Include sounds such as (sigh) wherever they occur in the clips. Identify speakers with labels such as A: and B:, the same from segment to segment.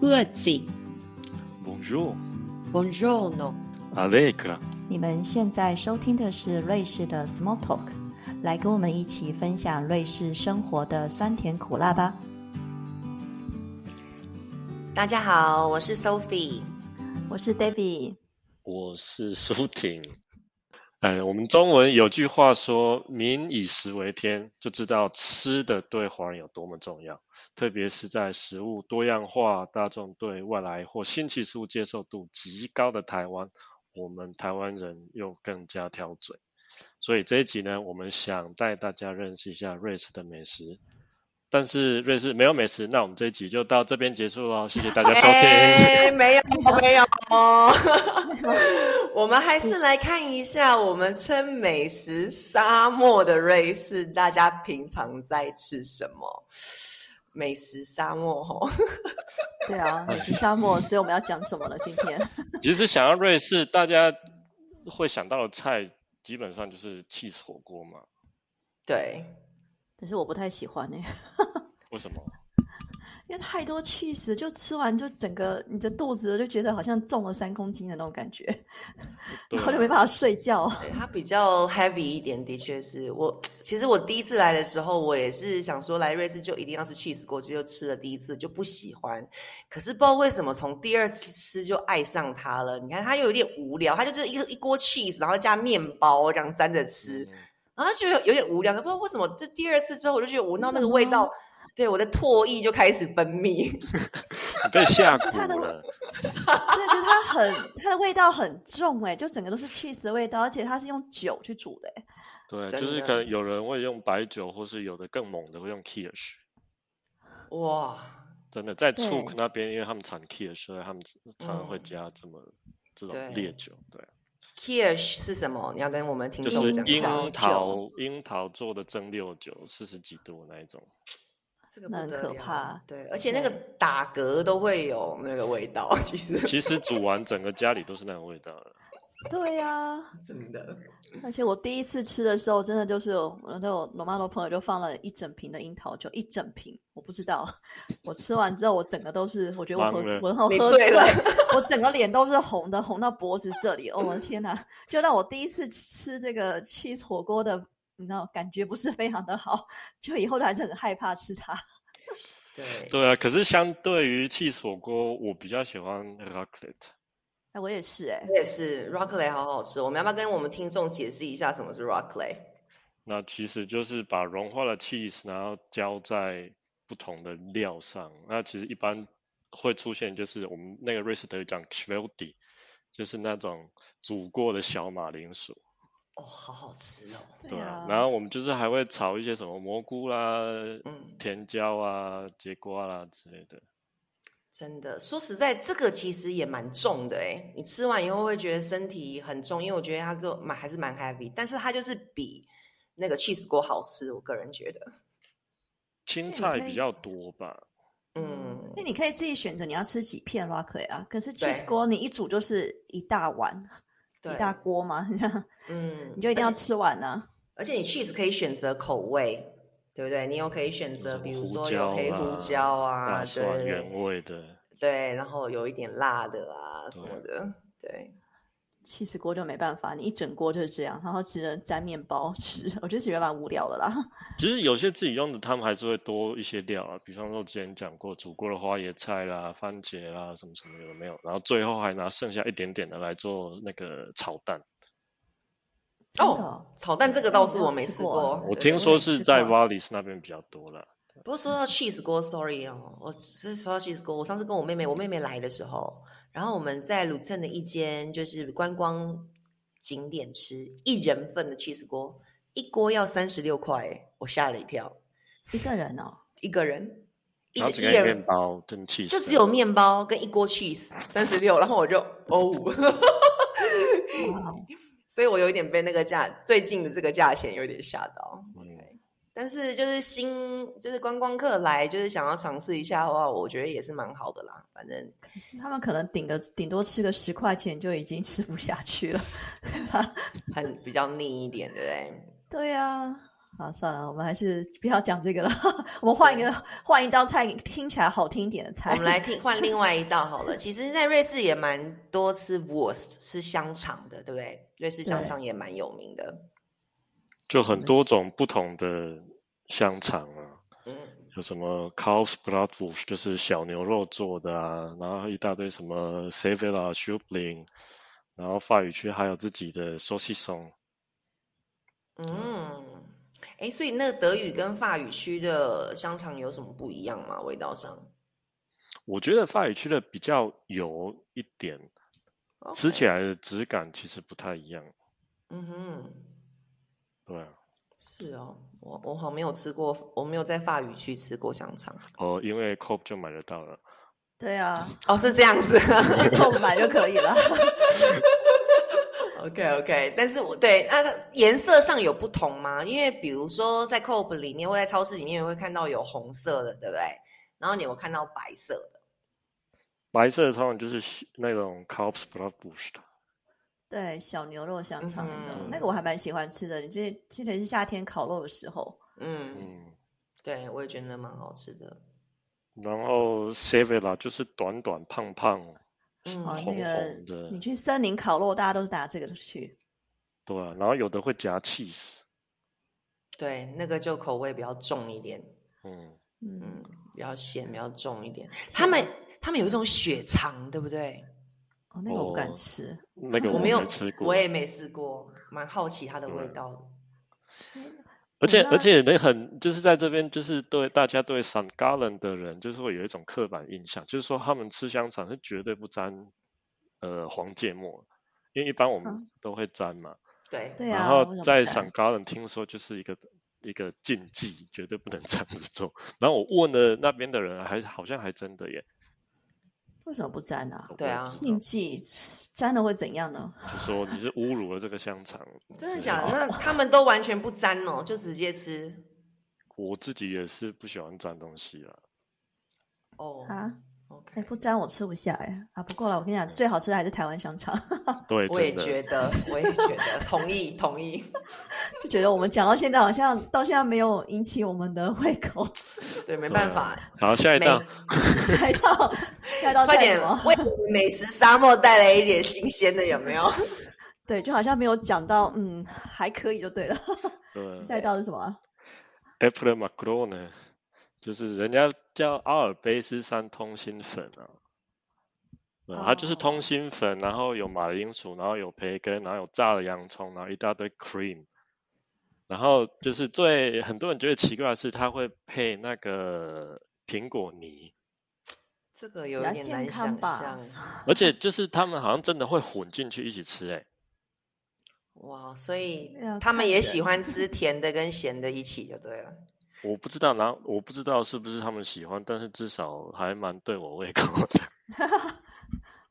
A: 各自
B: Bonjour,
A: Buongiorno，
B: Allegra。
C: 你们现在收听的是瑞士的 Small Talk，来跟我们一起分享瑞士生活的酸甜苦辣吧。
D: 大家好，我是 Sophie。
C: 我是 David，
B: 我是苏婷。哎，我们中文有句话说“民以食为天”，就知道吃的对华人有多么重要，特别是在食物多样化、大众对外来或新奇事物接受度极高的台湾，我们台湾人又更加挑嘴。所以这一集呢，我们想带大家认识一下瑞士的美食。但是瑞士没有美食，那我们这一集就到这边结束喽，谢谢大家收
D: (laughs)
B: 听。
D: 哎，没有没有， (laughs) 我们还是来看一下我们称美食沙漠的瑞士，大家平常在吃什么？美食沙漠哦吼，
C: (laughs) 对啊，美食沙漠，所以我们要讲什么了？今天 (laughs)
B: 其实想要瑞士，大家会想到的菜基本上就是 cheese 火锅嘛。
D: 对，
C: 可是我不太喜欢哎、
B: 为什么？
C: 因为太多 cheese，就吃完就整个你的肚子就觉得好像重了三公斤的那种感觉，
B: 对啊
C: 然后就没办法睡觉。 (laughs)
D: 对它比较 heavy 一点，的确是我。其实我第一次来的时候，我也是想说来瑞士就一定要吃 cheese 锅，就吃了第一次就不喜欢。可是不知道为什么，从第二次吃就爱上它了。你看它又有点无聊，它就是一个一锅 cheese，然后加面包这样沾着
B: 嗯
D: 吃，然后就有有点无聊。可不知道为什么，这第二次之后我就觉得闻到那个味道，对我的唾液就开始分
B: (laughs)
D: 泌。
B: 你
D: (laughs)
B: 被吓
C: 是它的
B: 唬了。
C: 对，就是它很它的味道很重哎、就整个都是 cheese 的味道，而且它是用酒去煮的、欸。
B: 对，
D: 真
B: 就是
D: 的
B: 可能有人会用白酒，或是有的更猛的会用 kirsch。
D: 哇，
B: 真的，在
C: 对
B: c 克那边，因为他们产 kirsch，所以他们常常会
D: 嗯
B: 加这么这
D: 对
B: 种烈酒。对，啊
D: Kirsch 是什么？你要跟我们听
B: 就
D: 众
B: 是
D: 讲一
B: 樱
D: 下。
C: 酒
B: 桃樱桃做的蒸馏酒，四十几度那一种。
D: 这个
C: 那
D: 不
C: 很
D: 得
C: 可
D: 了
C: 怕
D: 对，而且那个打嗝都会有那个味道， (laughs) 其实
B: 其实煮完整个家里都是那种味道了。
C: 对啊呀、
D: 真的
C: 而且我第一次吃的时候，真的就是有我那种罗曼诺朋友就放了一整瓶的樱桃酒，一整瓶，我不知道。 (laughs) 我吃完之后，我整个都是，我觉得我喝
B: 忙了
C: 我好
D: 你
C: 喝
D: 醉
C: 醉 (laughs)
D: 了，
C: 我整个脸都是红的，红到脖子这里。哦，我的天哪！就让我第一次吃这个 cheese 火锅的，你知道，感觉不是非常的好，就以后都还是很害怕吃它。
D: 对。
B: 对啊，可是相对于 cheese 火锅，我比较喜欢 raclette。
C: 哎，我也是哎、
D: 我也是 r o c k l e y 好好吃，我们要不要跟我们听众解释一下什么是 r o c k l e y
B: 那其实就是把融化的 cheese，然后浇在不同的料上。那其实一般会出现就是我们那个瑞士德语讲 q u e l d i 就是那种煮过的小马铃薯，
D: 哦，好好吃哦，
B: 对
C: 啊，
B: 然后我们就是还会炒一些什么蘑菇啦、
D: 嗯，
B: 甜椒啊、节瓜啦之类的。
D: 真的。说实在，这个其实也蛮重的诶，你吃完以后会觉得身体很重，因为我觉得它就蛮还是蛮 heavy，但是它就是比那个 cheese 锅好吃，我个人觉得。
B: 青
C: 你
B: 菜
C: 可
B: 比
C: 以
B: 较多吧？
D: 嗯，
C: 那你可以自己选择你要吃几片 rocket 啊，可是
D: 对
C: cheese 锅你一煮就是一大碗，
D: 对
C: 一，大锅 (laughs) 嘛，这样
D: 嗯，
C: 你就一定
D: 而
C: 要
D: 且
C: 吃完呐、啊。
D: 而且你 cheese 可以选择口味，对不对？你有可以选
B: 有什
D: 择，
B: 么
D: 比如
B: 胡
D: 说
B: 椒
D: 有黑胡
B: 啦
D: 椒啊，
B: 大蒜
D: 对
B: 原味的，
D: 对，然后有一点辣的啊什
B: 对
D: 么的，对，
C: 气死锅就没办法，你一整锅就是这样，然后只能沾面包吃， (laughs) 我觉得觉得蛮无聊的啦。
B: 其实有些自己用的，他们还是会多一些料啊，比方说之前讲过煮过的花椰菜啦、番茄啦，什么什么有的没有，然后最后还拿剩下一点点的来做那个炒蛋。
C: 真的
D: (laughs) 哦，炒蛋这个倒是我嗯没吃过，啊
B: 我
D: 对
B: 听说是在
C: 吃过
B: Wallis 那边比较多啦。
D: 不过说到 cheese 锅，sorry 哦，我只是说到 cheese 锅，我上次跟我妹妹，我妹妹来的时候，然后我们在鲁镇的一间就是观光景点吃一人份的 cheese 锅，一锅要三十六块耶，我吓了一跳，
C: 一个
D: (laughs)
C: 人哦，
D: 一个人，一
B: 然后
D: 一
B: 只给
D: 人
B: 面包，真气死
D: 就
B: 了。
D: 只有面包跟一锅 cheese 三十六，然后我就哦， (laughs)
C: 哇哦
D: 所以我有一点被那个价最近的这个价钱有点吓到。
B: 嗯
D: OK，但是就是新就是观光客来，就是想要尝试一下的话，我觉得也是蛮好的啦。反正
C: 可是他们可能顶个顶多吃个十块钱就已经吃不下去了。 (laughs)
D: 很比较腻一点，对不对？
C: 对啊，好，算了，我们还是不要讲这个了。 (laughs) 我们换一个，换一道菜，听起来好听一点的菜。
D: 我们来听换另外一道好了。其实，在瑞士也蛮多吃 wurst 吃香肠的，对不对？瑞士香
C: 对
D: 肠也蛮有名的。
B: 就很多种不同的香肠啊，
D: 嗯，
B: 有什么 cows bratwurst，就是小牛肉做的啊，然后一大堆什么 s a v i l a s h u b l i n g 然后法语区还有自己的 s o s i s o n
D: 嗯，哎，所以那个德语跟法语区的香肠有什么不一样吗？味道上
B: 我觉得法语区的比较油一点，吃起
D: 来，
B: 来的质感其实不太一样，
D: 嗯哼，
B: 对啊。
D: 是哦，我我好像没有吃过，我没有在法语区吃过香肠。
B: 哦，因为 Coop 就买得到了。
C: (laughs) 对
D: (laughs)
C: 啊，
D: 哦，是这样
C: (laughs)
D: 子。
C: 去购买就
D: (laughs)
C: 可以了。 (laughs)
D: OK OK，但是我对那它颜色上有不同吗？因为比如说在 Coop 里面或在超市里面会看到有红色的，对不对？然后你有看到白色的，
B: 白色的通常就是西那种 Coop s p r o t b u s h
C: 对，小牛肉香肠那个，
D: 嗯
C: 那个我还蛮喜欢吃的。你这记得是夏天烤肉的时候，
D: 嗯，
B: 嗯，
D: 对我也觉得蛮好吃的，
B: 然后 s a v i l a 就是短短胖胖，
D: 嗯，
C: 哦，那
B: 红
C: 个
B: 红的
C: 你去森林烤肉，大家都是拿这个去。
B: 对啊，然后有的会夹 cheese，
D: 对，那个就口味比较重一点，
B: 嗯，
C: 嗯，
D: 嗯，比较咸，比较重一点。他们他们有一种血肠，对不对？
C: 哦，那个我不敢
B: 哦
C: 吃。
B: 那个
D: 我没
B: 没
D: 有
B: 吃过，
D: 我也没试过，蛮好奇它的味
B: 对
D: 道的。
C: 哎
B: 而且
D: 哦
C: 那
B: 而且那很就是在这边就是对大家对 San Galen 的人就是会有一种刻板印象，就是说他们吃香肠是绝对不沾呃黄芥末，因为一般我们
C: 嗯
B: 都会沾嘛。
D: 对，
C: 对
B: 然
C: 啊，为什
B: 后
C: 么
B: 在
C: 不
B: 闪
C: 敢
B: 高人听说就是一个一个禁忌，绝对不能这样子做。然后我问了那边的人，还好像还真的耶。
C: 为什么不沾啊？
B: 我
D: 对
B: 也
D: 啊，
B: 不知
C: 禁
B: 道
C: 忌沾了会怎样呢？
B: 就说你是侮辱了这个香肠
D: (laughs)
B: 之
D: 真的
B: 类
D: 假的？？那他们都完全不沾哦，就直接吃
B: 我自己也是不喜欢沾东西啦。
D: 哦。
C: 啊，
D: OK，
C: 哎、不沾我吃不下哎、啊，不过了，我跟你讲，最好吃的还是台湾香肠。 (laughs)
B: 对，
D: 我也
B: 真
D: 觉
B: 的。
D: 得，我也觉得，同意，同意。
C: 就觉得我们讲到现在，好像到现在没有引起我们的胃
B: (laughs)
C: 口。
D: 对，没
B: 对
D: 办
B: 啊
D: 法，
B: 好，下一
D: 没
B: 道
C: 下一道，下一道
D: 快
C: 菜
D: 点
C: 哦什么？
D: 为我们美食沙漠带来一点新鲜的，有没
C: (laughs)
D: 有？
C: 对，就好像没有讲到，嗯，还可以就对了。
D: (laughs)
C: (laughs)
B: 对
C: 下一道是什么啊？
B: ，Apple Macron 呢，就是人家叫阿尔卑斯山通心粉啊。对，它就是
C: 哦
B: 通心粉，然后有马铃薯，然后有培根，然后有炸的洋葱，然后一大堆 cream，然后就是最很多人觉得奇怪的是，它会配那个苹果泥，
D: 这个有
C: 比较
D: 一点
C: 健
D: 难
C: 康
D: 想
C: 吧
D: 象。
B: 而且就是他们好像真的会混进去一起吃、欸，哎，
D: 哇，所以
C: 要
D: 他们
C: 看
D: 也
C: 人
D: 喜欢吃甜的跟咸的一起就对了。
B: 嗯我不知道，然后我不知道是不是他们喜欢，但是至少还蛮对我胃口的。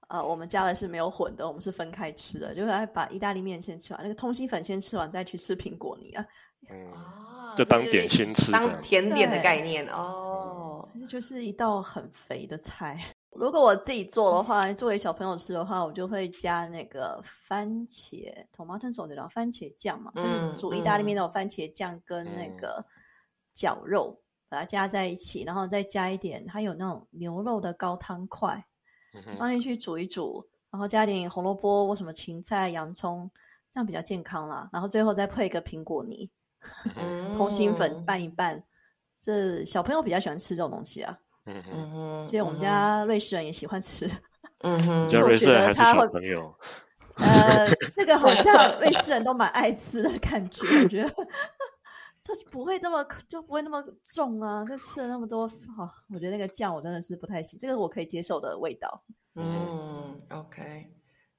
C: 呃，我们家的是没有混的，我们是分开吃的，就是还把意大利面先吃完，那个通心粉先吃完，再去吃苹果泥啊，
B: 嗯，
D: 哦
B: 就当点，心吃这
D: 当
B: 样。
D: 甜点的
C: 对
D: 概念哦。
C: 这就是一道很肥的菜。 (laughs) 如果我自己做的话，作为小朋友吃的话，我就会加那个番茄 tomato sauce，然后番茄酱嘛，就是
D: 嗯
C: 煮意大利
D: 嗯
C: 面那种番茄酱跟那
B: 嗯
C: 个绞肉，把它加在一起，然后再加一点，还有那种牛肉的高汤块，
B: 嗯哼
C: 放进去煮一煮，然后加点红萝卜或什么芹菜、洋葱，这样比较健康啦。然后最后再配一个苹果泥，
D: 嗯
C: 通心粉拌一拌。是小朋友比较喜欢吃这种东西啊，
B: 嗯哼，
D: 嗯哼，
C: 所以我们家瑞士人也喜欢吃。
D: 嗯哼，嗯
B: 嘉
C: 我
D: 哼，
B: 瑞
C: 觉
B: 士
C: 得
B: 还是
C: 他
B: 小
C: 会
B: 朋友，
C: 呃，这个好
D: (laughs)
C: 像瑞士人都蛮爱吃的感觉，我觉得这不会这么就不会那么重啊。这吃了那么多，好、我觉得那个酱我真的是不太行，这个我可以接受的味道。
D: 嗯，OK。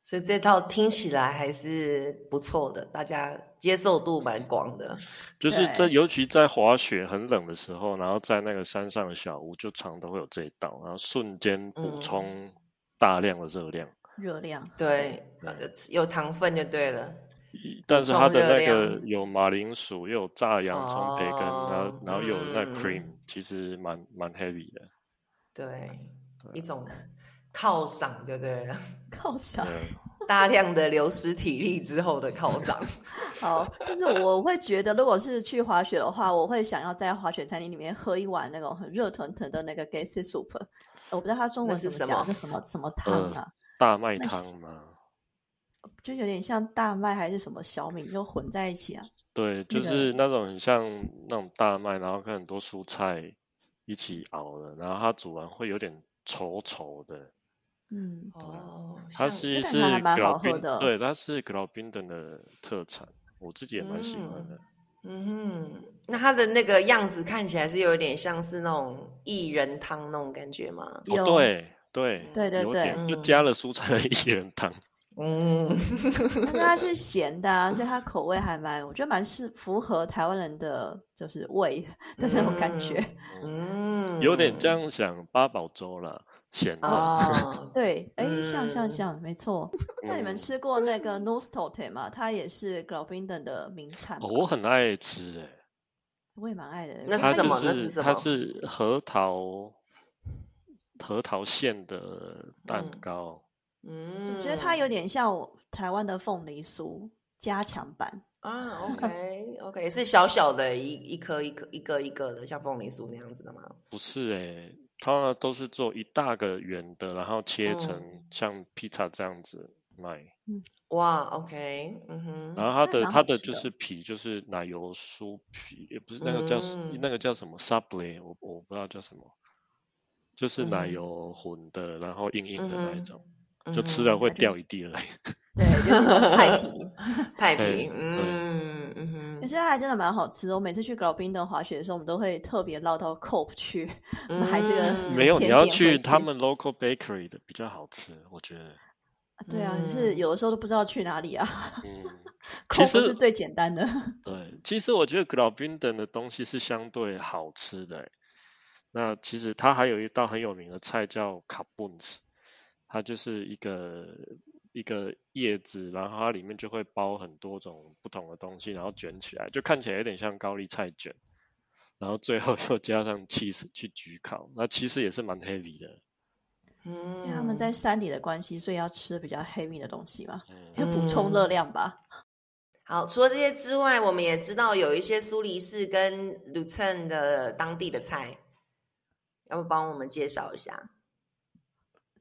D: 所以这套听起来还是不错的，大家接受度蛮广的。
B: 就是在
C: 对
B: 尤其在滑雪很冷的时候，然后在那个山上的小屋，就常都会有这一道，然后瞬间补
D: 嗯
B: 充大量的热量，
C: 热量，
D: 对，呃有糖分就对了。
B: 一但是它
D: 充
B: 的
D: 热
B: 那个
D: 量
B: 有马铃薯，又有炸洋葱、培根，然
D: 哦
B: 后然后有那
D: 嗯
B: cream，其实蛮蛮 heavy 的。
D: 对，一种犒赏就对了。
C: 靠啥？
B: 对，
D: 大量的流失体力之后的犒 (laughs) 赏。
C: 好，但是我会觉得，如果是去滑雪的话，我会想要在滑雪餐厅里面喝一碗那种很热腾腾的那个 gassy soup，我不知道它中文
D: 那是什
C: 怎讲，
D: 么
C: 那什么什么汤
B: 嗯
C: 啊，
B: 大麦
C: 那
B: 汤
C: 是
B: 嘛，
C: 就有点像大麦还是什么小米，就混在一起啊。
B: 对，就
C: 那个
B: 是那种很像那种大麦，然后跟很多蔬菜一起熬的，然后它煮完会有点稠稠的。
C: 嗯，
D: 哦，
B: 它是
D: 像
C: 感
B: 是
C: 觉还蛮好
B: Graubünden，
C: 喝的
B: 对，它是 Graubünden 的特产，我自己也蛮喜欢的。
D: 嗯哼，那它的那个样子看起来是有点像是那种薏仁汤那种感觉吗？
B: 哦，
C: 有
B: 对对
C: 对对
B: 有
C: 对
B: 点就
D: 嗯
B: 加了蔬菜的薏仁汤。 (laughs)
D: 嗯，
C: 但是它是咸的、啊，所以它口味还蛮，我觉得蛮是符合台湾人的就是胃
D: (laughs)
C: 的那种感觉。
D: 嗯，
B: 有点这样想八宝粥啦，咸的。(laughs)
D: 哦，(laughs)
C: 对，哎，像像
D: 嗯
C: 像，没错。那你们
B: 嗯
C: 吃过那个 n o s t o t e 吗？它也是 Graubünden 的名产吧、
B: 哦我很爱吃诶、
C: 我也蛮爱的。
D: 那是
B: 它
D: 什
B: 就
D: 么那
B: 是
D: 是什
B: 它
D: 么
B: 是核桃核桃馅的蛋
D: 嗯
B: 糕，
D: 嗯，
C: 我觉得它有点像我台湾的凤梨酥加强版。
D: 啊，OK
C: 嗯
D: OK，是小小的一一颗一颗一个一个的，像凤梨酥那样子的吗？
B: 不是诶、它都是做一大个圆的，然后切
D: 嗯
B: 成像披萨这样子卖。
D: 哇，OK，嗯哼，
B: 然后它
C: 那
B: 的
C: 蛮
B: 它
C: 好
B: 的
C: 吃
B: 就
C: 的
B: 是皮，就是奶油酥皮，也不是那个叫什
D: 嗯
B: 那个叫什么 Subway，我我不知道叫什么，就是
D: 嗯
B: 奶
D: 哼
B: 油混的，然后硬硬的那一
D: 嗯哼
B: 种，
D: 嗯
B: 就吃
D: 哼
B: 了会
C: 它就
B: 掉
C: 是
B: 一地泪。
C: 对，就是那种派皮。
D: 派
B: 对
D: 皮
B: 对，
D: 嗯嗯
C: 可
D: 哼
C: 是它还真的蛮好吃的。我每次去 Graubünden 滑雪的时候，我们都会特别绕到 Cope 去买这个
D: 嗯
B: 没有，你
C: 甜
B: 要
C: 点
B: 去
C: 回
B: 他
C: 去
B: 们 local bakery 的比较好吃，我觉得。
C: 对啊，就是
D: 嗯
C: 有的时候都不知道去哪里啊。
B: 嗯， (laughs) 其
C: Cope 是
B: 实
C: 最简单的。
B: 对，其实我觉得 Graubünden 的东西是相对好吃的欸。那其实它还有一道很有名的菜叫 k a b u n s 它就是一个一个叶子，然后它里面就会包很多种不同的东西，然后卷起来，就看起来有点像高丽菜卷，然后最后又加上 cheese 去焗烤，那其实也是蛮 heavy 的。
D: 嗯
C: 因为他们在山里的关系，所以要吃比较 heavy 的东西嘛，
B: 嗯
C: 要补充热量吧。
D: 好，除了这些之外，我们也知道有一些苏黎世跟 l u c e n 的当地的菜，要不帮我们介绍一下？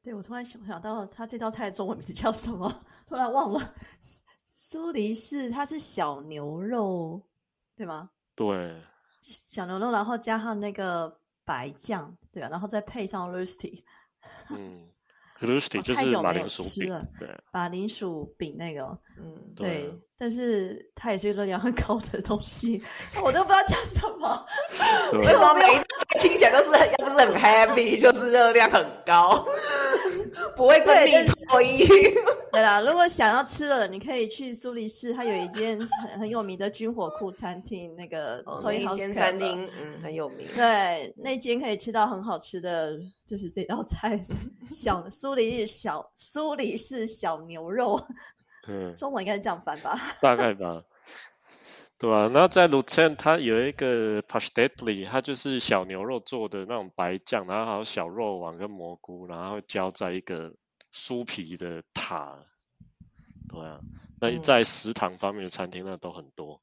C: 对，我突然想想到它这道菜的中文名字叫什么，突然忘了。苏苏黎世它是小牛肉，对吗？
B: 对，
C: 小牛肉，然后加上那个白酱，对吧、啊然后再配上 rusty (laughs)
B: 嗯 g l u s t y
C: 哦
B: 就
C: 太
B: 是
C: 久
B: 马
C: 没
B: 铃
C: 有
B: 薯
C: 吃
B: 饼
C: 了， (laughs)
B: 对
C: 马铃薯饼那个哦，
D: 嗯，
B: 对啊
C: 但是它也是热量很高的东西，我都不知道讲什么。
B: 对。
D: (laughs) 为什么每一道菜听起来都是很要不是很
C: (laughs)
D: happy，就是热量很高， (laughs) 不会分
C: 对
D: 泌
C: 但是
D: 唾
C: (laughs)
D: 液？
C: 对啦，如果想要吃的，你可以去苏黎世，它有一间很很有名的军火库餐厅，那个
D: 哦那
C: Toy
D: 一
C: House
D: 间
C: Club
D: 餐厅，嗯，很有名。
C: 对，那间可以吃到很好吃的，就是这道菜，小苏黎世小苏黎世小牛肉，
B: 嗯，
C: 中文应该是这样翻吧？
B: 大概吧，对吧、然后在 l u c e n 它有一个 p a s t e t l i 它就是小牛肉做的那种白酱，然后还有小肉丸跟蘑菇，然后浇在一个酥皮的塔。对啊，那
D: 嗯
B: 在食堂方面的餐厅那都很多。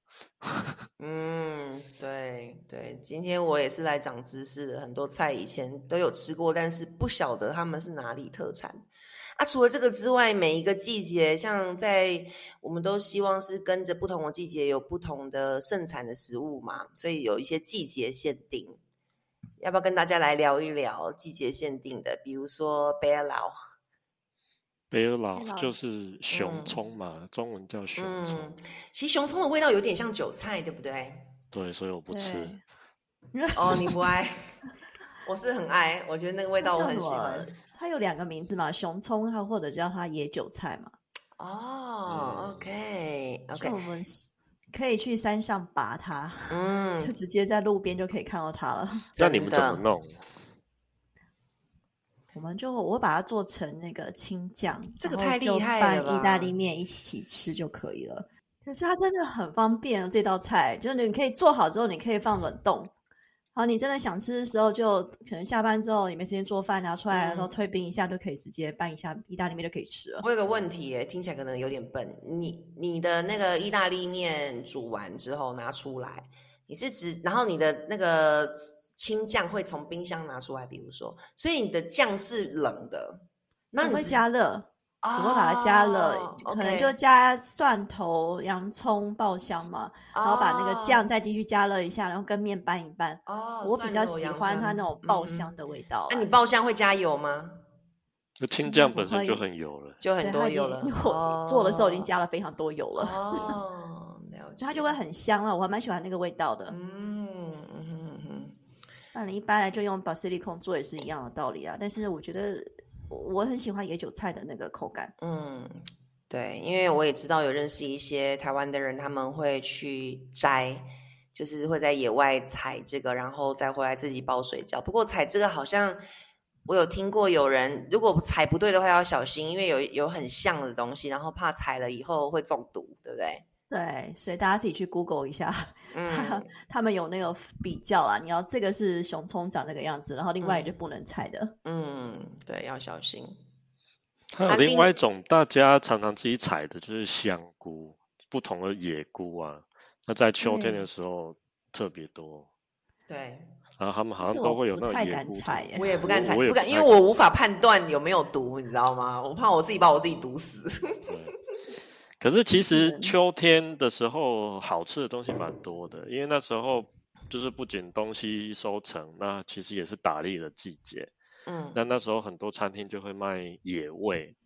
D: 嗯，对对，今天我也是来长知识的，很多菜以前都有吃过，但是不晓得他们是哪里特产。啊，除了这个之外，每一个季节，像在我们都希望是跟着不同的季节有不同的盛产的食物嘛，所以有一些季节限定。要不要跟大家来聊一聊季节限定的？比如说贝尔劳，
B: 贝尔老
C: 老
B: 就是
D: 嗯
B: 熊葱嘛，中文叫熊葱，
D: 嗯其实熊葱的味道有点像韭菜，对不对？
B: 对，所以我不吃。
C: (laughs)
D: 哦，你不爱， (laughs) 我是很爱，我觉得那个味
C: 味
D: 道我很喜
C: 啊
D: 欢。。
C: 它有两个名字嘛，熊葱，它或者叫它野韭菜嘛。
D: 哦
B: 嗯
D: ，OK
C: 就我
D: OK，
C: 们可以去山上拔它， (laughs) 就
D: 嗯，
C: 直接在路边就可以看到它了。 (laughs)
B: 那你们怎
D: 真
B: 么
D: 的
B: 弄？
C: 我们就我会把它做成那个青酱，
D: 这个
C: 然后
D: 太厉
C: 就
D: 害了
C: 拌意大
D: 吧
C: 利面一起吃就可以了。啊可是它真的很方便，这道菜就是你可以做好之后，你可以放冷冻，好，你真的想吃的时候，就可能下班之后也没时间做饭，拿出来然后
D: 嗯
C: 退冰一下就可以直接拌一下意大利面就可以吃了。
D: 我有个问题耶，听起来可能有点笨。你你的那个意大利面煮完之后拿出来，你是指，然后你的那个青酱会从冰箱拿出来，比如说，所以你的酱是冷的，那
C: 我
D: 你
C: 会
D: 只
C: 加热，
D: 哦
C: 我
D: ，OK，
C: 会把它加
D: 哦
C: 热，可能就加蒜头、洋葱爆香嘛，然后把那个酱再继续加热一下，然后跟面拌一拌。
D: 哦哦，哦
C: 我比
D: 蒜
C: 较
D: 头
C: 喜
D: 洋
C: 欢它
D: 葱
C: 那种爆。
D: 嗯
C: 香
D: 嗯
C: 的味道啊。
D: 那你爆香会加油吗？
B: 就青
C: 嗯
B: 酱
C: 不
B: 本身就
C: 会
B: 很油了。
D: 就很
C: 对
D: 多
C: 它已
D: 油
C: 经
D: 了。
C: (laughs) 我做的时候已经
D: 哦
C: 加了非常多油了，
D: 哦，了解。
C: 所以它 (laughs) 就会很香了。我还蛮喜欢那个味道的。
D: 嗯嗯哼嗯哼。
C: 那你一般来就用 basilicon 做也是一样的道理啊。但是我觉得我我很喜欢野韭菜的那个口感。
D: 嗯，对，因为我也知道有认识一些台湾的人，他们会去摘，就是会在野外采这个，然后再回来自己包水饺。不过采这个好像我有听过有人，如果采不对的话要小心，因为有有很像的东西，然后怕采了以后会中毒，对不
C: (laughs)
D: 对？
C: 对，所以大家自己去 Google 一下， (laughs)
D: 嗯，
C: 他们有那个比较啦。你要这个是熊葱长这个样子，然后另外一个就不能采的。
D: 嗯，对，要小心。
B: 还有
D: 啊
B: 另
D: 另
B: 外一种大家常常自己采的就是香菇，不同的野菇啊，那在秋天
C: 对
B: 的时候特别多。
D: 对，
B: 然后他们好
C: 但
B: 像
C: 是
B: 都
C: 我
B: 会有
C: 不
B: 那
C: 太
B: 种野
C: 敢
B: 菇的
C: 采耶
D: 我也不敢采，
B: 我也
D: 不敢，
B: 太
D: 因为我
B: 敢
D: 无
B: 采
D: 法判断有没有毒，你知道吗？我怕我自己把我自己毒死。 (laughs)
B: 对，可是
C: (laughs)
B: 其实
C: 嗯
B: 秋天的时候好吃的东西蛮多的，因为那时候就是不仅东西收成，那其实也是打猎的季节。
D: 嗯
B: 那那时候很多餐厅就会卖野味，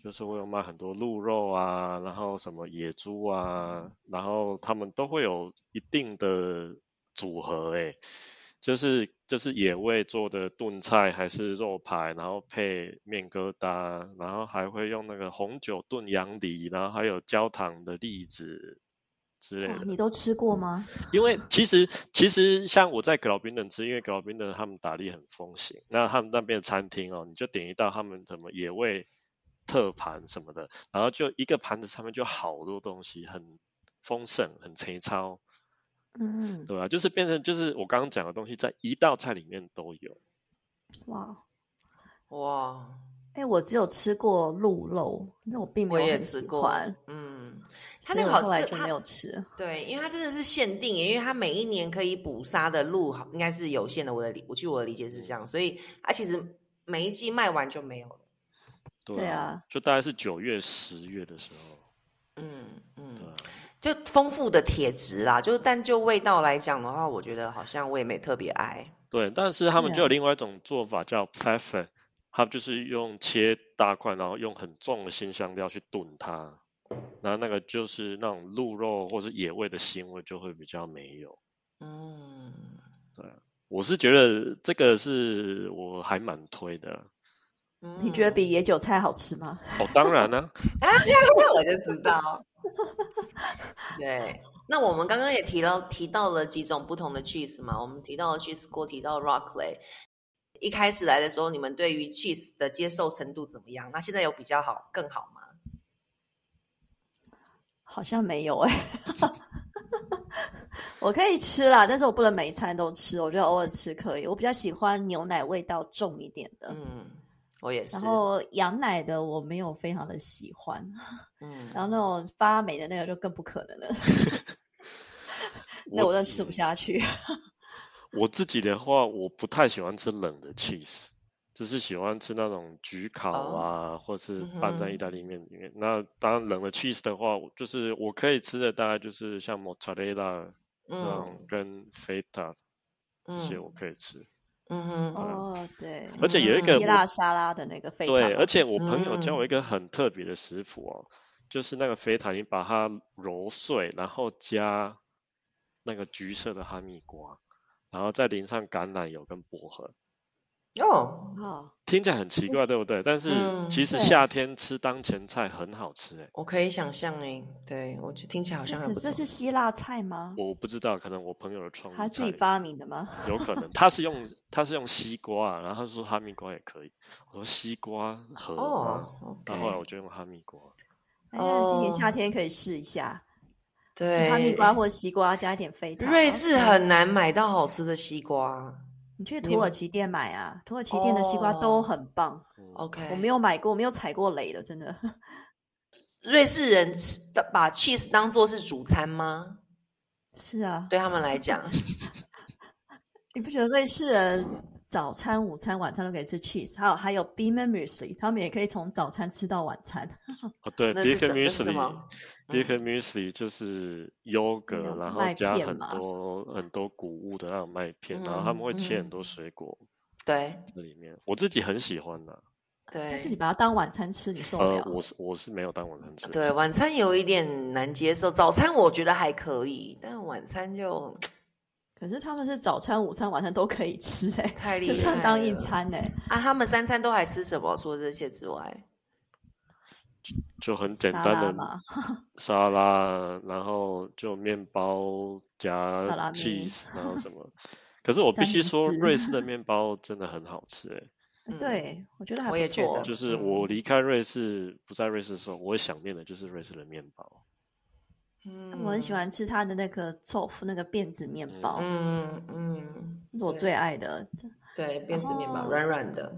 B: 就是会有卖很多鹿肉啊，然后什么野猪啊，然后他们都会有一定的组合、欸，就是就是野味做的炖菜还是肉排，然后配面疙瘩，然后还会用那个红酒炖羊梨，然后还有焦糖的栗子之类
C: 哇，
B: 的。
C: 你都吃过吗？
B: 因为其实其实像我在格老宾顿吃，因为格老宾顿他们打猎很风行，那他们那边的餐厅哦，你就点一道他们什么野味特盘什么的，然后就一个盘子上面就好多东西，很丰盛，很肥超，
C: 嗯，
B: 对吧、啊就是变成就是我刚刚讲的东西，在一道菜里面都有。
C: 哇。
D: 哇，
C: 哎、我只有吃过鹿肉，那我并没
D: 我
C: 有
D: 也
C: 很
D: 吃
C: 喜
D: 过
C: 欢，
D: 嗯，它
C: 所
D: 那
C: 以
D: 个
C: 我
D: 好
C: 后来
D: 吃
C: 就
D: 它
C: 没有吃。
D: 对，因为它真的是限定耶，因为它每一年可以捕杀的鹿好应该是有限的。我的理，我据我的理解是这样，所以它其实每一季卖完就没有了。
B: 对
C: 对
B: 啊
C: 啊，
B: 就大概是九月、十月的时候，
D: 嗯嗯
B: 对，啊，
D: 就丰富的铁质啦，就但就味道来讲的话，我觉得好像我也没特别爱。
B: 对。但是他们
C: 对
B: 就有
C: 啊
B: 另外一种做法叫 p f e f e 它就是用切大块，然后用很重的新香料去炖它，然后那个就是那种鹿肉或是野味的腥味就会比较没有。
D: 嗯，
B: 我是觉得这个是我还蛮推的
C: 你觉得
D: 嗯
C: 比野韭菜好吃吗？
B: 哦，当然呢、
D: (laughs) 啊，那我就知道。对，那我们刚刚也提到提到了几种不同的 cheese 嘛，我们提到了 cheese 锅，提到 rockley。一开始来的时候，你们对于 cheese 的接受程度怎么样？那现在有比较好更好吗？
C: 好像没有哎、 (laughs) 我可以吃啦，但是我不能每一餐都吃，我觉得偶尔吃可以。我比较喜欢牛奶味道重一点的，
D: 嗯，我也是
C: 然。后羊奶的我没有非常的喜欢，
D: 嗯，
C: 然后那种发霉的那个就更不可能了， (laughs) 那我
B: 我
C: 都吃不下去。
B: 我自己的话，我不太喜欢吃冷的 cheese，就是喜欢吃那种焗烤
D: 哦
B: 啊，或是拌在意
D: 嗯哼
B: 大利面里面。那当然冷的 cheese 的话，我就是我可以吃的大概就是像 mozzarella 那
D: 嗯
B: 种跟 feta 这些我可以吃。
D: 嗯哼，
C: 哦，对，
B: 而且有一
D: 嗯
B: 个
C: 希
B: 我
C: 腊沙拉的那个沸
B: 对，
C: 腾，
B: 而且我朋友教我
D: 嗯
B: 一个很特别的食谱哦，就是那个肥塔，你把它揉碎，然后加那个橘色的哈密瓜，然后再淋上橄榄油跟薄荷，
D: 哦，
C: 哦，
B: 听起来很奇怪，对不对？但是
D: 嗯
B: 其实
C: 对
B: 夏天吃当前菜很好吃欸诶，
D: 我可以想象哎，对我就听起来好
C: 是
D: 像还
C: 可
D: 不
C: 是
D: 错
C: 这。是希腊菜吗？
B: 我不知道，可能我朋友的创
C: 他
B: 意
C: 自己
B: 菜
C: 发明的吗？
B: 有可能，他是用他是用西瓜啊，然后他说哈密瓜也可以，我说西瓜和吗？
D: 哦，OK，
B: 然后后来我就用哈密瓜。
C: 哎，今年
D: 哦
C: 夏天可以试一下。
D: 对，
C: 哈密瓜或西瓜加一点肥糖。
D: 瑞士很难买到好吃的西瓜。
C: 你去土耳其店买啊，土耳其店的西瓜
D: 哦
C: 都很棒。
B: 嗯
D: OK，
C: 我没有买过，我没有踩过雷的，真
D: (laughs)
C: 的。
D: 瑞士人吃把 cheese 当做是主餐吗？
C: 是啊，
D: 对他们来讲，
C: (laughs) 你不觉得瑞士人早餐、午餐、晚餐都可以吃 cheese，还有还有 b e a m a n muesli，他们也可以从早餐吃到晚餐。
B: 哦，对
D: 那
B: b e
D: 是
B: a c o
D: 什
B: n
D: 那是什
B: muesli
D: 么？
B: b e a c o n muesli 就是优格，
C: 有
B: 然
C: 麦
B: 后加
C: 片
B: 很
C: 嘛
B: 多很多谷物的那种麦片，然后他们会切很多水果
D: 对
B: 在里面。我自己很喜欢的，
D: 对
C: 但是你把它当晚餐吃，你受不
B: 呃
C: 了，。
B: 我是我是没有当晚餐吃的。
D: 对，晚餐有一点难接受，早餐我觉得还可以，但晚餐就
C: 可是他们是早餐、午餐、晚餐都可以吃、哎，
D: 太 (laughs) 厉害
C: 就
D: 了。
C: 像当一餐哎、
D: 啊，他们三餐都还吃什么？除了这些之外，
B: 就很简
C: 沙
B: 单
C: 拉
B: 的
C: 嘛
B: 沙拉，然后就面包加
C: 萨拉米
B: cheese，然后什
C: (laughs)
B: 么。可是我必须
C: 三明
B: 说，
C: 治
B: 瑞士
C: (laughs)
B: 的面包真的很好吃诶、
D: 嗯
C: 对，我觉得还
D: 我
C: 不
D: 也觉
C: 错
D: 得。
B: 就是
C: 嗯
B: 我离开瑞士，不在瑞士的时候，我会想念的就是瑞士的面包。
D: 嗯
C: 我很喜。欢吃它的那个 t o f 那个辫子面包，
D: 嗯嗯，
C: 这是我
D: 对
C: 最爱的。
D: 对，
C: 然
D: 辫子面包
C: 后
D: 软软的，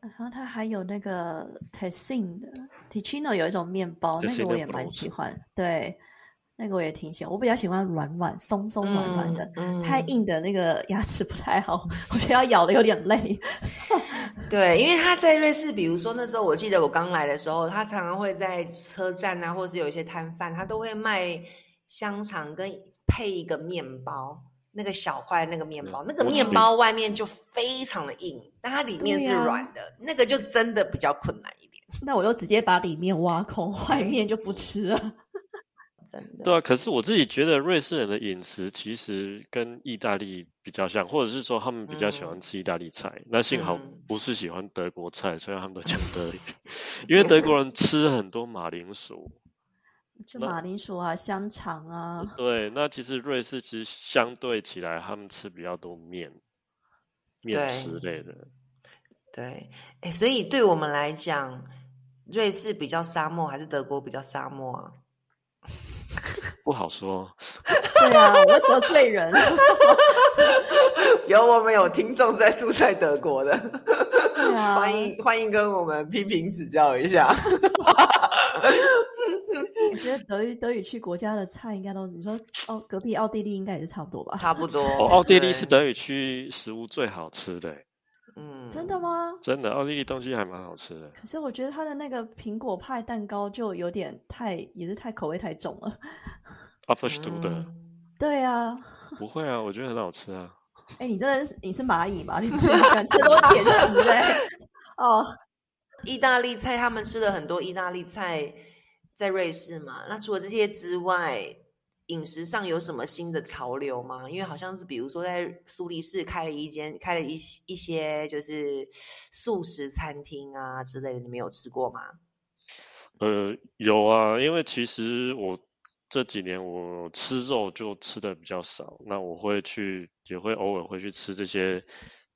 C: 然后它还有那个 Tessin 的 Ticino 有一种面包，那
B: Ticino
C: 个我也蛮
B: Brot
C: 喜欢。对，那个我也挺喜欢。我比较喜欢软软、松松软软的，
D: 嗯
C: 太硬的那个牙齿不太好， (laughs) 我觉得要咬的有点累。
D: 对，因为他在瑞士，比如说那时候我记得我刚来的时候，他常常会在车站啊，或是有一些摊贩，他都会卖香肠跟配一个面包，那个小块那个面包，
B: 嗯
D: 那个
B: 我
D: 面
B: 知
D: 包外面就非常的硬，但它里面
C: 对
D: 是
C: 啊
D: 软的，那个就真的比较困难一点，
C: 那我就直接把里面挖空，外面就不吃了。
D: 真的。
B: 对啊，可是我自己觉得瑞士人的饮食其实跟意大利比较像，或者是说他们比较喜欢
D: 嗯
B: 吃意大利菜。那幸好
D: 嗯
B: 不是喜欢德国菜，虽然他们都讲
C: (laughs)
B: 德语，因为德国人吃很多马铃薯。
C: 就
B: 那
C: 马铃薯啊、香肠啊，
D: 嗯
B: 对，那其实瑞士其实相对起来，他们吃比较多面、面
D: 对
B: 食类的。
D: 对，哎，所以对我们来讲，瑞士比较沙漠还是德国比较沙漠啊？
B: 不好说，
C: (laughs) 对啊，我会得
D: (laughs)
C: 罪人。
D: (laughs) 有我们有听众在住在德国的，
C: 对啊，
D: 欢迎欢迎跟我们批评指教一下。
C: 我觉得德语德语区国家的菜应该都，你说哦，隔壁奥地利应该也是差不
D: (laughs)
C: 多吧？
D: 差不多。
B: 哦，奥地利是
D: 对，
B: 德语区食物最好吃的欸，
D: 嗯，
C: 真的？吗？
B: 真的，奥地利东西还蛮好吃的。
C: 可是我觉得它的那个苹果派蛋糕就有点太，也是太口味太重了。
B: 阿普什图的
D: 嗯
C: 对啊，
B: 不会啊，我觉得很好吃啊。
C: 哎，你真的是你是蚂蚁吗？你吃你喜欢吃的都是甜食嘞、 (laughs) 哦，
D: 意大利菜，他们吃了很多意大利菜，在瑞士嘛。那除了这些之外，饮食上有什么新的潮流吗？因为好像是比如说在苏黎世开了一间，开了一些一些就是素食餐厅啊之类的，你们有吃过吗？
B: 呃，有啊，因为其实我这几年我吃肉就吃的比较少，那我会去，也会偶尔会去吃这些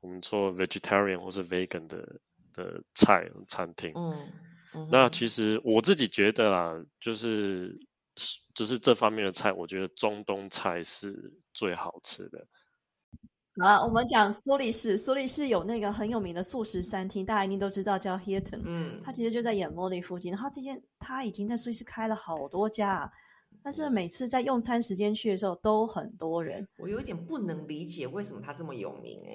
B: 我们做 vegetarian 或是 vegan 的的菜餐厅。
D: 嗯，嗯
B: 那
D: 哼
B: 其实我自己觉得啦，就是是就是这方面的菜，我觉得中东菜是最好吃的。
C: 好了，我们讲苏黎世，苏黎世有那个很有名的素食餐厅，大家一定都知道叫 Hilton。
D: 嗯
C: 它其实就在眼莫里附近。然后这间它已经在苏黎世开了好多家，但是每次在用餐时间去的时候都很多人。
D: 我有一点不能理解为什么它这么有名 (laughs)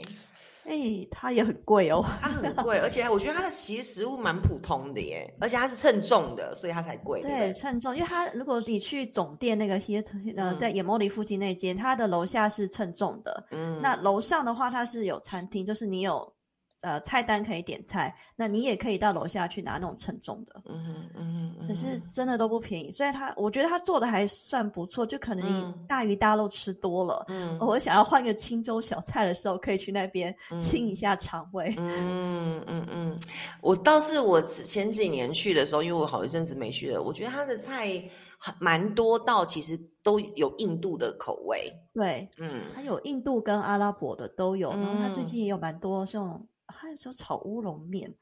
D: 哎、
C: 哎、它也很贵哦。
D: 它很贵，而且我觉得它的其实食物蛮普通的耶，而且它是称重的，所以它才贵。对不嗯
C: 对，
D: 对，
C: 称重，因为它如果你去总店那个 Hilton，呃，在眼莫里附近那间，它的楼下是称重的。
D: 嗯
C: 那楼上的话，它是有餐厅，就是你有呃菜单可以点菜，那你也可以到楼下去拿那种称重的。
D: 嗯哼嗯哼，
C: 只是
D: 嗯哼
C: 真的都不便宜，虽然它我觉得它做的还算不错，就可能
D: 嗯
C: 你大鱼大肉吃多了，
D: 嗯
C: 偶尔想要换个清粥小菜的时候，可以去那边清一下肠胃。
D: 嗯嗯嗯，我倒是我前几年去的时候，因为我好一阵子没去了，我觉得它的菜还蛮多道，其实都有印度的口味。
C: 对，
D: 嗯
C: 它有印度跟阿拉伯的都有，然后它
D: 嗯
C: 最近也有蛮多这种还有时候炒乌龙面，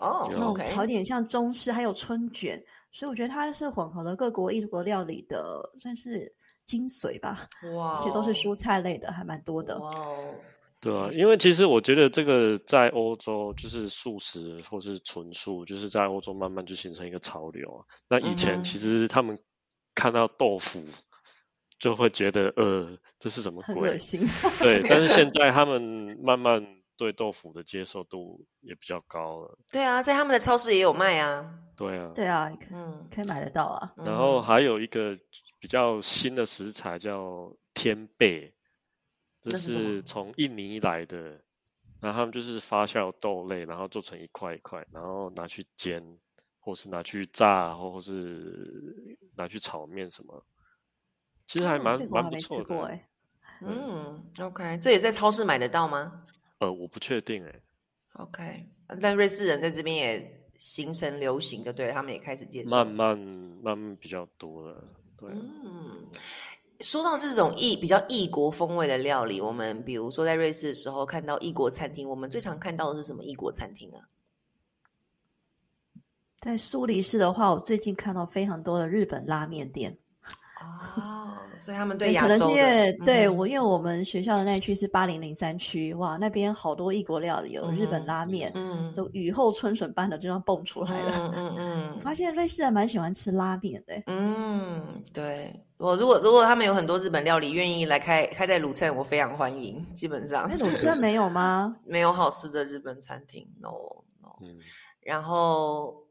D: 哦
B: 有
C: 那种
D: ，OK，
C: 炒点像中式，还有春卷，所以我觉得它是混合了各国异国料理的，算是精髓吧，
D: 哇，
C: 而且都是蔬菜类的，还蛮多的。
D: 哦哇哦，
B: 对啊，
D: 也
B: 因为其实我觉得这个在欧洲就是素食或是纯素，就是在欧洲慢慢就形成一个潮流啊。那以
D: 嗯哼
B: 前其实他们看到豆腐就会觉得呃这是什么
C: 很
B: 鬼
C: 恶，心， (laughs)
B: 对。但是现在他们慢慢对豆腐的接受度也比较高了，
D: 对啊，在他们的超市也有卖啊，
B: 对啊。
C: 对啊，可
D: 嗯，
C: 可以买得到啊。
B: 然后
D: 嗯
B: 还有一个比较新的食材叫天贝，这
D: 那是什么
B: 是从印尼来的，然后他们就是发酵豆类，然后做成一块一块，然后拿去煎，或是拿去炸，或是拿去炒面什么，其实还
C: 哦
B: 蛮
C: 这个我
B: 蛮
C: 还
B: 不
C: 没
B: 错
C: 吃过
B: 的欸
C: 哎、。
D: 嗯，OK，这也在超市买得到吗
B: 呃，我不确定哎，
D: ？OK，但瑞士人在这边也形成流行，就对了他们也开始接受。
B: 慢
C: 哦
B: 慢慢慢比较多了，对啊，
D: 嗯，说到这种异比较异国风味的料理，我们比如说在瑞士的时候看到异国餐厅，我们最常看到的是什么异国餐厅啊？
C: 在苏黎世的话，我最近看到非常多的日本拉面店，
D: 哦，所以他们对
C: 可
D: 亚
C: 能是
D: 洲
C: 因
D: 的
C: 为、对
D: 嗯
C: 我，因为我们学校的那一区是八零零三区，哇，那边好多异国料理，有日本
D: 嗯
C: 拉面，
D: 嗯
C: 都雨后春笋般的就这样蹦出来了。
D: 嗯嗯
C: 我发现瑞士人蛮喜欢吃拉
D: (laughs)
C: 面的欸、
D: 嗯嗯，对我如果如果他们有很多日本料理愿意来开开在鲁城，我非常欢迎。基本上
C: 哎，鲁真的没有吗？
D: 没有好吃的日本餐厅，no no。
C: 哦
B: 嗯，
D: 然后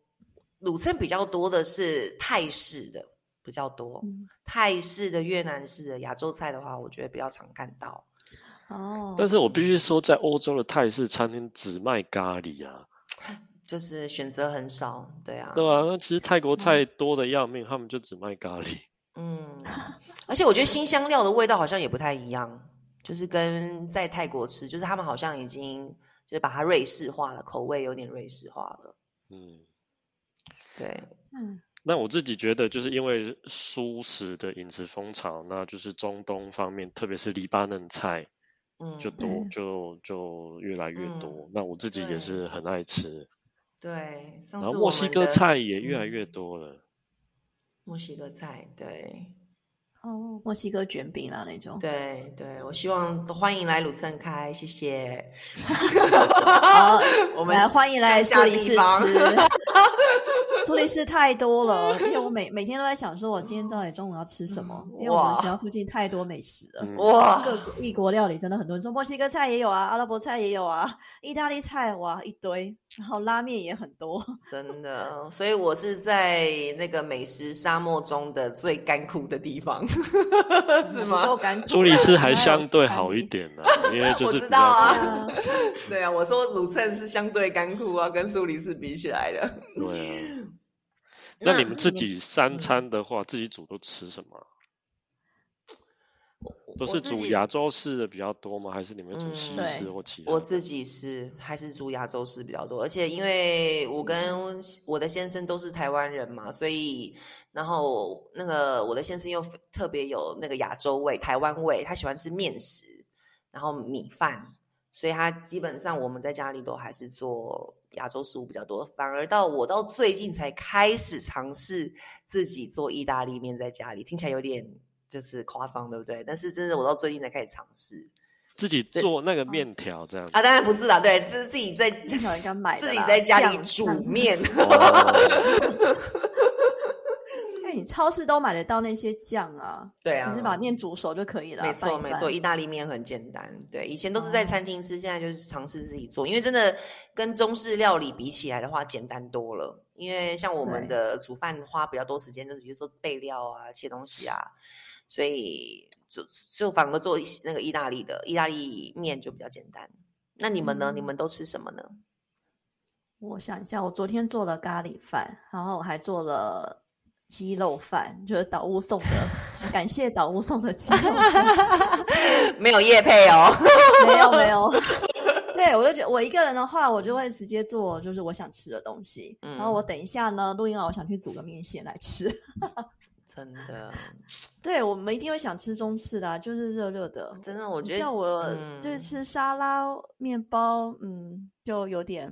D: 鲁城比较多的是泰式的比较多， (laughs)
C: 嗯，
D: 泰式的、越南式的、亚洲菜的话，我觉得比较常看到。
C: 哦，
B: 但是我必须说，在欧洲的泰式餐厅只卖咖喱啊。
D: 就是选择很少，对啊，
B: 对啊，那其实泰国菜多的要命，他们就只卖咖喱。
D: 嗯，而且我觉得新香料的味道好像也不太一样，就是跟在泰国吃，就是他们好像已经就是把它瑞士化了，口味有点瑞士化了，
B: 嗯，
D: 对，
C: 嗯，
B: 那我自己觉得，就是因为素食的饮食风潮，那就是中东方面，特别是黎巴嫩菜，
D: 嗯，
B: 就多、
C: 对
B: 就就越来越
D: 嗯
B: 多。那我自己也
D: 对
B: 是很爱吃，
D: 对，上
B: 然
D: 次
B: 后
D: 我
B: 墨西
D: 们
B: 哥
D: 的
B: 菜也越来越
D: 嗯
B: 多了。
D: 墨西哥菜，对
C: 哦，墨西哥卷饼啦那种。
D: 对对，我希望都欢迎来鲁森开，谢谢，
C: 好，
D: 我们
C: 来欢迎来苏
D: 乡下
C: 黎
D: 地
C: 世
D: 方
C: 吃。
D: (laughs)
C: 苏黎世太多了，因为我每每天都在想说，我今天到底中午要吃什么？因为我
D: 嗯
C: 们
D: 哇
C: 学校附近太多
D: (laughs)
C: 美食
D: 呃
C: 了，
B: 嗯
D: (laughs) 哇，
C: 各国异国料理真的很多。你说墨西哥菜也有啊，阿拉伯菜也有啊，意大利菜哇一堆，然后拉面也很
D: (laughs)
C: 多。
D: 真的，所以我是在那个美食沙漠中的最干枯的地方， (laughs) 是
C: 不
D: 吗
C: 够？干净。
B: 苏黎世还
C: 哪有
B: 相对
C: 餐
B: 好一
C: 厅。
B: 点呢、啊因
D: (laughs)
B: 为就
D: 我
B: 是
D: 知
B: 比
D: 道
B: 较
D: 啊
B: 多
C: 啊
D: 对啊，我说鲁沁是相对干枯啊，跟苏黎世比起来的。
B: 对
D: (laughs)
B: 啊。那你们自己三
D: 嗯
B: 餐的话，自己煮都吃什么啊？都
D: 我
B: 是
D: 自
B: 煮
D: 己
B: 亚洲式的比较多吗？还是你们煮
D: 嗯
B: 西啊
C: 对
B: 式或其他的？
D: 我自己是还是煮亚洲式比较多，而且因为我跟我的先生都是台湾人嘛，所以然后那个我的先生又非特别有那个亚洲味、台湾味，他喜欢吃面食，然后米饭，所以他基本上我们在家里都还是做亚洲食物比较多，反而到我到最近才开始尝试自己做意大利面在家里，听起来有点就是夸张，对不对？但是真的我到最近才开始尝试。
B: 自己
D: 对
B: 做那个面条这样子
D: 啊，当然不是啦，对，这是自己
C: (laughs)
D: 在
C: 面条应该买的
D: 自己
C: 啦
D: 在家里
C: 酱
D: 煮
C: 酱
D: 面，
C: (laughs)
B: 哦
C: 哎，你超市都买得到那些酱啊，
D: 对啊，
C: 只是把面煮熟就可以了。
D: 没
C: 拌
D: 错
C: 一
D: 没
C: 拌哦
D: 错，意大利面很简单，对，以前都是在餐厅吃，现在就是尝试自己做，因为真的跟中式料理比起来的话，简单多了。因为像我们
C: 对
D: 的煮饭花比较多时间，就是比如说备料啊、切东西啊，所以就就反而做那个意大利的意大利面就比较简单。那你们呢？你
C: 嗯
D: 们都吃什么呢？ (laughs)
C: 我想一下，我昨天做了咖喱饭，然后我还做了鸡肉饭，就是导物送
D: (laughs)
C: 的，感谢导物送的鸡肉饭。
D: 没有叶配哦。 (laughs)
C: (laughs) 没有没有，对我就觉得我一个人的话，我就会直接做就是
D: 嗯
C: 我想吃的东西，然后我等一下呢，录音完我想去煮个面线来吃。
D: 真的，
C: (laughs) 对我们一定会想吃中式的啊，就是热热的。
D: 真的，我
C: 你
D: 觉得
C: 叫我就是
D: 嗯
C: 吃沙拉、面包，嗯，就有点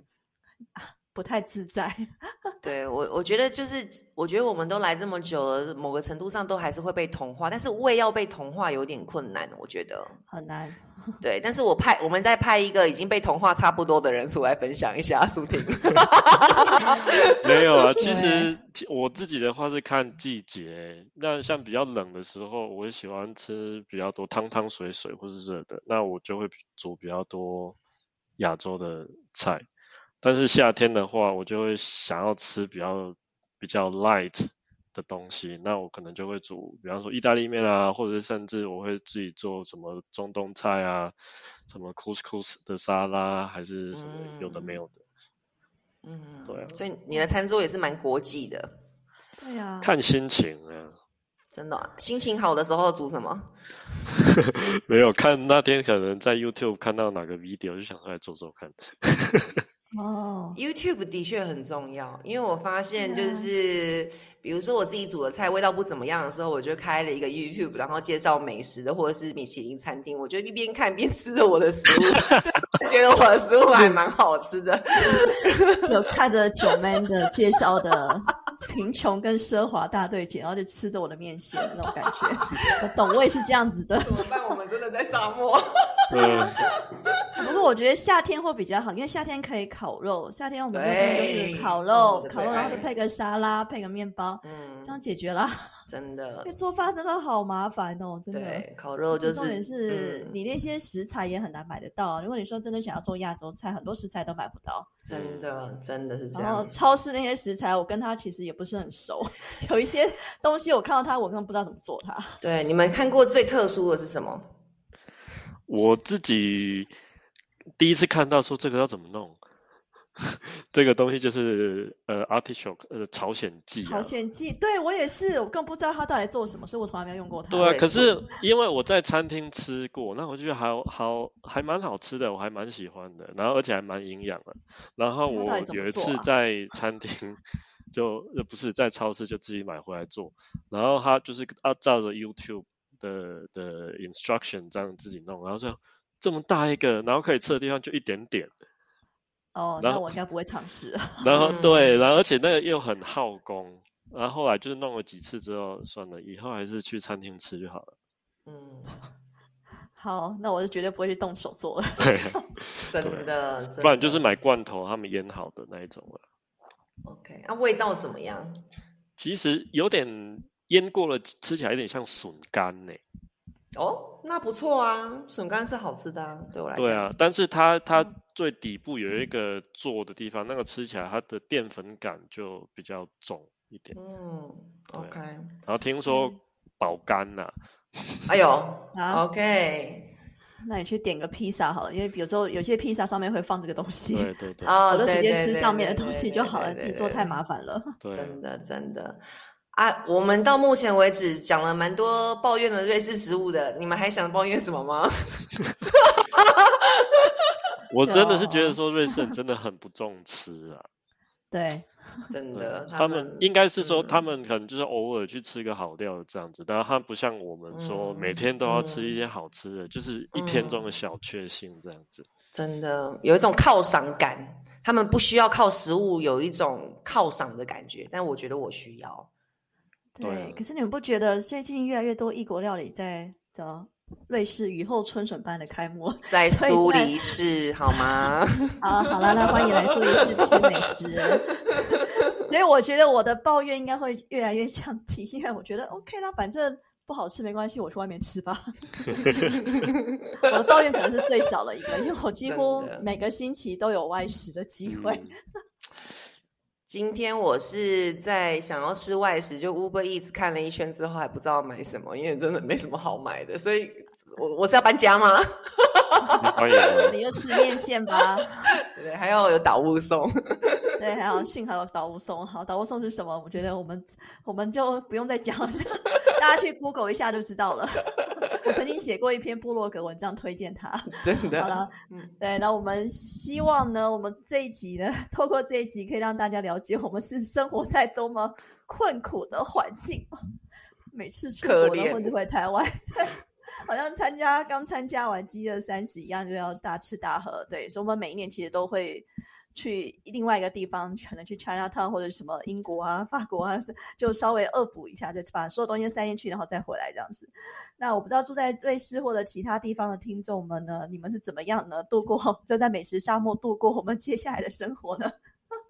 C: 啊不太自在。 (laughs)
D: 对我，我觉得就是，我觉得我们都来这么久了，某个程度上都还是会被同化，但是胃要被同化有点困难，我觉得。
C: 很难。
D: 对，但是我派我们再派一个已经被同化差不多的人出来分享一下苏婷。
B: (laughs)
D: 嗯
B: 没有啊，其
C: 对
B: 实其我自己的话是看季节。那像比较冷的时候，我喜欢吃比较多汤汤水水或是热的，那我就会煮比较多亚洲的菜。但是夏天的话，我就会想要吃比较比较 light 的东西，那我可能就会煮，比方说意大利面啊，或者是甚至我会自己做什么中东菜啊，什么 couscous 的沙拉，还是什么有的没
D: 嗯
B: 有的，
D: 嗯，
B: 对啊
D: 所以你的餐桌也是蛮国际的，
C: 对呀、
B: 看心情啊。
D: 真的啊、心情好的时候煮什么？
B: (laughs) 没有看那天可能在 YouTube 看到哪个 video 就想出来做做看。
C: 哦，
D: YouTube 的确很重要，因为我发现就
C: 对啊
D: 是，比如说我自己煮的菜味道不怎么样的时候，我就开了一个 YouTube，然后介绍美食的或者是米其林餐厅，我就一边看边吃着我的食物，
C: (laughs)
D: 就觉得我的食物还蛮好吃的。
C: 有看着九妹的介绍的贫穷跟奢华大对决，然后就吃着我的面线的那种感觉。 (laughs) 我懂，我也是这样子的。
D: 怎么办？我们真的在沙
C: (laughs)
D: 漠。
B: 嗯，
C: 不过我觉得夏天会比较好，因为夏天可以烤肉，夏天我们就真的
D: 对
C: 就是烤
D: 哦我
C: 肉，
D: 的
C: 烤
D: 最
C: 肉然后就
D: 爱
C: 配个沙拉，配个面包，
D: 嗯
C: 这，样解决啦。 (laughs)
D: 真的
C: 因为，做饭真的好麻烦哦，真的。
D: 对，烤肉就
C: 最
D: 是，
C: 重点是、
D: 嗯
C: 你那些食材也很难买得到啊、如果你说真的想要做亚洲菜，很多食材都买不到。
D: 真的，真的是这
C: 嗯然后
D: 样。
C: 超市那些食材，我跟他其实也不是很熟， (laughs) 有一些东西我看到他，我根本不知道怎么做它。
D: 对，你们看过最特殊的是什么？
B: (laughs) 我自己第一次看到说这个要怎么弄， (laughs) 这个东西就是呃 artichoke 呃朝鲜蓟
C: 朝
B: 啊。
C: 鲜蓟，对我也是，我更不知道它到底做什么，所以我从来没有用过它。
B: 对啊
D: 对，
B: 可是因为我在餐厅吃过，那我觉得好好还蛮好吃的，我还蛮喜欢的，然后而且还蛮营养的。然后
C: 那到
B: 我
C: 底怎么
B: 有一
C: 做
B: 次
C: 啊
B: 在餐厅就呃不是在超市就自己买回来做，然后他就是按照着 YouTube 的的 instruction 这样自己弄，然后说这么大一个，然后可以吃的地方就一点
C: (laughs)
B: 点，
C: 哦，
B: 然
C: 那
B: 后
C: 我应该不会尝试。
B: 然后
D: 嗯
B: 对，然后而且那个又很耗工，然后后来就是弄了几次之后，算了，以后还是去餐厅吃就好了。 (laughs)
D: 嗯，
C: 好，那我就绝对不会去动手做了。 (laughs)
B: 对。
D: 真
B: 对
D: 的，真
B: 不然就是
D: 的
B: 买罐头，他们腌好的那一种了。
D: OK，那、味道怎么样？
B: 其实有点腌过了，吃吃起来有点像笋干呢、
D: 哦，那不错啊，笋干是好吃的啊，对我来讲。
B: 对啊，，但是
D: 嗯
B: 它它最底部有一个做的地方，那个吃起来它的淀粉感就比较重一点。
D: 嗯
B: 对
D: ，OK，
B: 然后听说保肝呐、
D: 哎呦、
C: 啊
D: o k
C: 那你去点个披萨好了，因为有时候有些披萨上面会放这个东西，
B: 对对对
D: 啊，
C: (laughs) 我都
D: 对
C: 直接
D: 对
C: 吃
D: 对
C: 上面
D: 对
C: 的东
D: 对
C: 西
D: 对
C: 就好了，
D: 对
C: 自己
D: 对
C: 做
D: 对
C: 太麻烦了。 (laughs)
B: 对啊，
D: 真的真的啊，我们到目前为止讲了蛮多抱怨的瑞士食物的，你们还想抱怨什么吗？ (laughs)
B: 我真的是觉得
D: 哦
C: 有
B: 说瑞士人真的很不重吃啊。
C: 对，
D: 真
B: 对
D: 的，
B: 他们应该是说，他
D: 嗯
B: 们可能就是偶尔去吃个好料这样子，但他不像我们说每
D: 嗯
B: 天都要吃一些好吃的，就是一天中
D: 嗯
B: 的小确幸这样子。
D: 真的有一种犒赏感，他们不需要靠食物有一种犒赏的感觉，但我觉得我需要。
B: 对啊
C: 对，可是你们不觉得最近越来越多异国料理在叫瑞士雨后春笋般的开幕
D: 在
C: (laughs) 所以
D: 苏
C: 现在
D: 黎世好吗？
C: 啊？好啦，那欢迎来苏黎世吃美食。 (laughs) 所以我觉得我的抱怨应该会越来越降低，因为我觉得 OK 啦，反正不好吃没关系，我去外面吃吧。我的抱怨可能是最少的一个，因为我几乎
D: 真的
C: 每个星期都有外食的机会。
B: 嗯
D: 今天我是在想要吃外食，就 Uber Eats 看了一圈之后还不知道买什么，因为真的没什么好买的，所以我我是要搬家吗？ (laughs)
B: 欢迎啊
C: 你就吃面线吧，
D: 对，还要有导物送。 (laughs)
C: 对，还有幸好有导物送，好，导物送是什么？我觉得我们我们就不用再讲了，大家去 Google 一下就知道了。 (laughs) 我曾经写过一篇部落格文章推荐它。
D: 真的。
C: 好了，
D: (laughs) 嗯
C: 对，那我们希望呢，我们这一集呢， (laughs) 透过这一集可以让大家了解我们是生活在多么困苦的环境。每次出
D: 可
C: 国都
D: 怜
C: 或者回台湾，对，好像参加刚参加完饥饿三十一样，就要大吃大喝。对，所以我们每一年其实都会去另外一个地方，可能去 China Town 或者什么英国啊、法国啊，就稍微恶补一下，就把所有东西塞进去，然后再回来这样子。那我不知道住在瑞士或者其他地方的听众们呢，你们是怎么样呢？度过就在美食沙漠度过我们接下来的生活呢？ (laughs)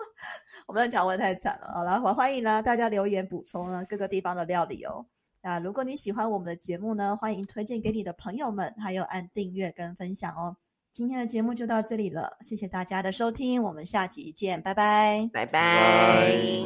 C: 我们的讲问太惨了，好了，欢欢迎呢大家留言补充呢各个地方的料理哦。那如果你喜欢我们的节目呢，欢迎推荐给你的朋友们，还有按订阅跟分享哦。今天的节目就到这里了，谢谢大家的收听，我们下集见，拜拜。
D: 拜
B: 拜
D: 拜。